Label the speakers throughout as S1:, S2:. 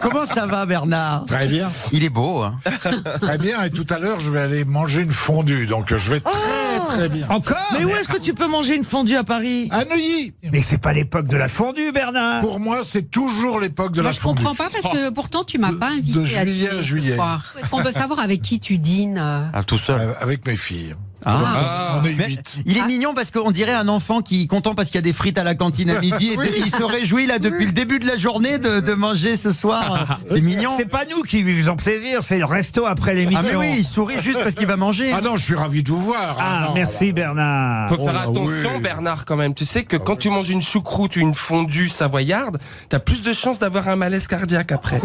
S1: Comment ça va, Bernard
S2: Très bien.
S1: Il est beau. Hein.
S2: Très bien. Et tout à l'heure, je vais aller manger une fondue. Donc, je vais
S3: Oh
S2: très, très bien.
S4: Encore
S5: Mais où est-ce que tu peux manger une fondue à Paris
S2: À Neuilly,
S4: Mais c'est pas l'époque de la fondue, Bernard
S2: pour moi, c'est toujours l'époque de
S3: Moi,
S2: la
S3: je
S2: fondue.
S3: comprends pas parce que pourtant tu m'as
S2: De-
S3: pas
S2: de
S3: invité à
S2: juillet
S3: dîner
S2: à
S3: ce
S2: juillet.
S3: soir. On veut savoir avec qui tu dînes. euh.
S1: Ah, tout seul.
S2: Euh, Avec mes filles.
S1: Ah.
S2: On est
S1: Mais
S2: huit.
S1: il est
S5: Ah.
S1: mignon parce qu'on dirait un enfant qui est content parce qu'il y a des frites à la cantine à midi et il se réjouit là depuis le début de la journée de, de manger ce soir. C'est mignon.
S4: C'est pas nous qui lui faisons plaisir, c'est le resto après
S1: Ah mais
S4: l'émission.
S1: oui, il sourit juste parce qu'il va manger.
S2: Ah non, je suis ravi de vous voir.
S4: Ah,
S2: non,
S4: merci Bernard.
S6: Faut
S2: Oh
S6: faire
S2: là,
S6: attention,
S2: oui.
S6: Bernard, quand même. Tu sais que quand tu manges une choucroute ou une fondue savoyarde, t'as plus de chances d'avoir un malaise cardiaque après.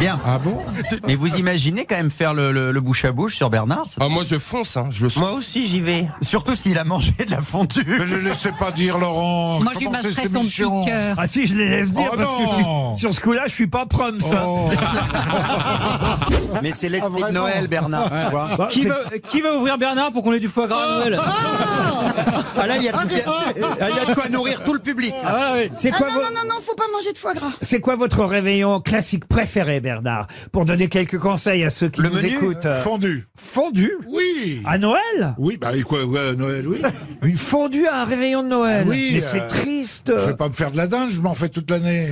S1: Bien.
S2: Ah bon
S1: Mais vous imaginez quand même faire le, le- le bouche à bouche sur Bernard ça-
S6: Ah, moi, je fonce, hein, je le sens.
S1: aussi j'y vais. Surtout s'il a mangé de la
S2: Ne
S1: fondue.
S2: le laissez pas dire, Laurent.
S3: Moi, je lui
S2: Comment c'est
S3: masserais
S2: cette
S3: son petit
S2: émission
S3: cœur.
S4: Ah si, je les laisse dire
S2: Oh
S4: parce que je
S2: non
S4: suis- sur ce coup-là, je suis pas prompt. ça.
S2: Oh.
S1: Mais c'est l'esprit
S2: Ah,
S1: de
S2: vraiment
S1: Noël, Bernard. tu vois.
S4: Bah,
S7: Qui
S4: c'est-
S7: veut, qui veut ouvrir Bernard pour qu'on ait du foie gras à Noël
S1: Ah là, il y, a de- il y a de quoi nourrir tout le public.
S7: Ah voilà, oui.
S4: C'est quoi, vo-
S8: non, non, faut pas manger de foie gras.
S4: c'est quoi votre réveillon classique préféré, Bernard Pour donner quelques conseils à ceux qui
S1: Le
S4: nous
S1: menu
S4: écoutent.
S2: Fondue.
S4: Fondue
S2: Oui.
S4: À Noël
S2: Oui, bah quoi, ouais, Noël, oui.
S4: Une fondue à un réveillon de Noël.
S2: Ah oui,
S4: Mais
S2: euh,
S4: c'est triste.
S2: Je vais pas me faire de la dinde, je m'en fais toute l'année.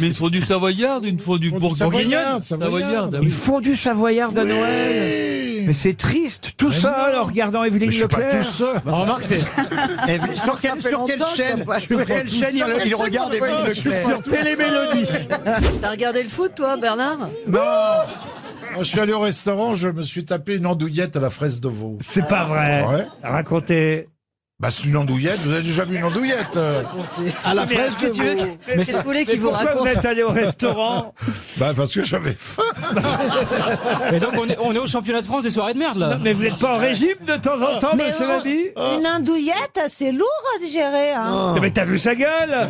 S7: Mais une fondue savoyarde, une fondue
S2: Fondue
S7: bourguignonne.
S2: savoyarde, savoyarde.
S7: ah
S4: Une
S7: oui.
S4: fondue savoyarde à Noël. Mais c'est triste, tout seul, en regardant Evelyne
S2: Mais je suis pas
S4: Leclerc.
S2: tout seul.
S7: Ah, remarque, c'est.
S1: Et sur, quelle, sur quelle chaîne, sur quelle chaîne il, il regarde et
S2: Ouais, je suis
S4: Sur Télémélodie.
S5: T'as regardé le foot, toi, Bernard
S2: Je suis allé au restaurant, je me suis tapé une andouillette à la fraise de veau.
S4: C'est pas vrai.
S2: Ouais.
S4: Racontez.
S2: Bah, c'est une andouillette, vous avez déjà vu une andouillette euh.
S4: À la
S5: Qu'est-ce que tu veux qu'il- Qu'est-ce que vous voulez qu'il vous
S4: Pourquoi vous
S5: raconte
S4: êtes allé au restaurant
S2: Bah, parce que j'avais faim.
S7: Mais donc, on est, on est au championnat de France des soirées de merde, là.
S4: Mais vous n'êtes pas en régime de temps en temps, monsieur
S8: on-
S4: Mabi
S8: Une andouillette, c'est lourd à digérer.
S2: Ah.
S8: Hein.
S4: Mais t'as vu sa gueule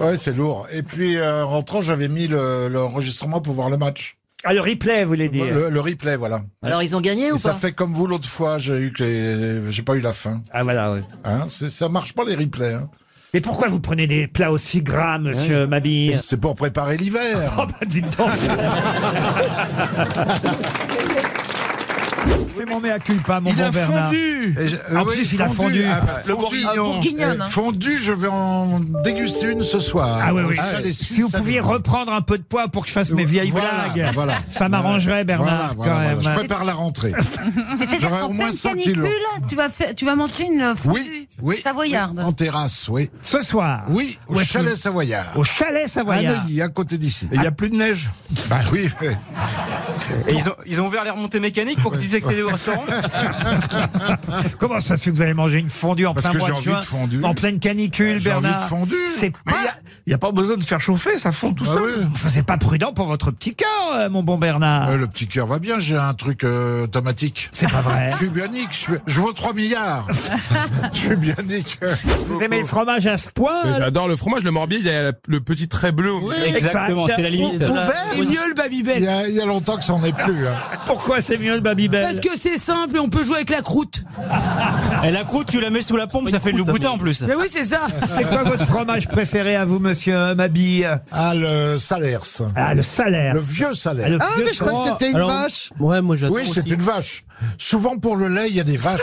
S2: Ouais, c'est lourd. Et puis, euh, en rentrant, j'avais mis le- l'enregistrement pour voir le match.
S4: Ah, le replay, vous voulez dire
S2: Le, le replay, voilà.
S5: Alors, ils ont gagné
S2: Et
S5: ou
S2: ça
S5: pas
S2: fait comme vous l'autre fois, j'ai eu que les- j'ai pas eu la faim.
S4: Ah, voilà, oui.
S2: Hein, c'est- ça marche pas les replays. hein.
S4: Et pourquoi vous prenez des plats aussi gras, monsieur Mabi
S2: C'est pour préparer l'hiver.
S4: Oh, bah, dites donc Fais mon mea culpa, mon bon Bernard.
S2: Et je- Ah,
S4: En plus, il a fondu. Euh,
S2: le bah, bourguignon. hein. fondu, je vais en déguster une ce soir.
S4: Ah oui, oui.
S2: Ça, les Suisses,
S4: si vous
S2: ça,
S4: pouviez
S2: les-
S4: reprendre un peu de poids pour que je fasse mes vieilles
S2: Voilà,
S4: blagues,
S2: voilà.
S4: ça m'arrangerait,
S2: Voilà,
S4: Bernard,
S2: voilà,
S4: quand
S2: voilà.
S4: même.
S2: Je prépare la rentrée.
S9: C'est-à-dire
S2: J'aurais au
S9: qu'en
S2: moins
S9: pleine
S2: 100
S9: canicule,
S2: kilos.
S9: tu vas, faire, tu vas manger une fondue
S2: Oui, oui.
S9: savoyarde.
S2: En terrasse, oui.
S4: Ce soir,
S2: Oui,
S4: Où
S2: au
S4: est-ce que
S2: chalet
S4: vous-
S2: savoyard.
S4: au chalet
S2: À
S4: savoyard,
S2: Neuilly, à côté d'ici. Il n'y a plus de neige Bah oui, mais-
S7: Et ils, ont, ils ont ouvert les remontées mécaniques pour que tu dises que c'est au restaurant.
S4: comment ça se fait que vous allez manger une fondue en
S2: Parce
S4: plein
S2: que
S4: mois
S2: j'ai
S4: de
S2: envie
S4: juin,
S2: de fondue.
S4: en pleine canicule,
S2: j'ai envie de
S4: Bernard
S2: fondue.
S4: C'est pas,
S6: Il n'y a pas besoin de faire chauffer, ça fond tout
S2: Ah oui.
S4: enfin, c'est pas prudent pour votre petit cœur, euh, mon bon Bernard.
S2: Euh, le petit cœur va bien, j'ai un truc euh, automatique.
S4: C'est pas vrai.
S2: Je suis bionique, je, suis- je vaux 3 milliards. je suis bionique.
S4: vous aimez le fromage à ce point euh, alors
S6: J'adore le fromage, le morbier, il y a le petit trait bleu.
S7: Exactement, c'est la limite.
S3: C'est mieux le
S2: Il y,
S3: Babybel.
S2: a, il y a longtemps que ça n'en est plus. hein.
S4: Pourquoi c'est mieux le Babybel
S3: Parce que c'est simple et on peut jouer avec la croûte.
S7: Et la croûte, tu la mets sous la pompe, ça fait le louboutin en plus.
S3: Mais oui, c'est ça.
S4: C'est quoi votre fromage préféré à vous, monsieur Mabille
S2: Ah, le Salers.
S4: Ah, le salaire.
S2: Le vieux Salers.
S4: Ah, mais je crois que c'était une vache. Ouais, moi j'adore.
S2: oui, c'est une vache. Souvent pour le lait, il y a des vaches.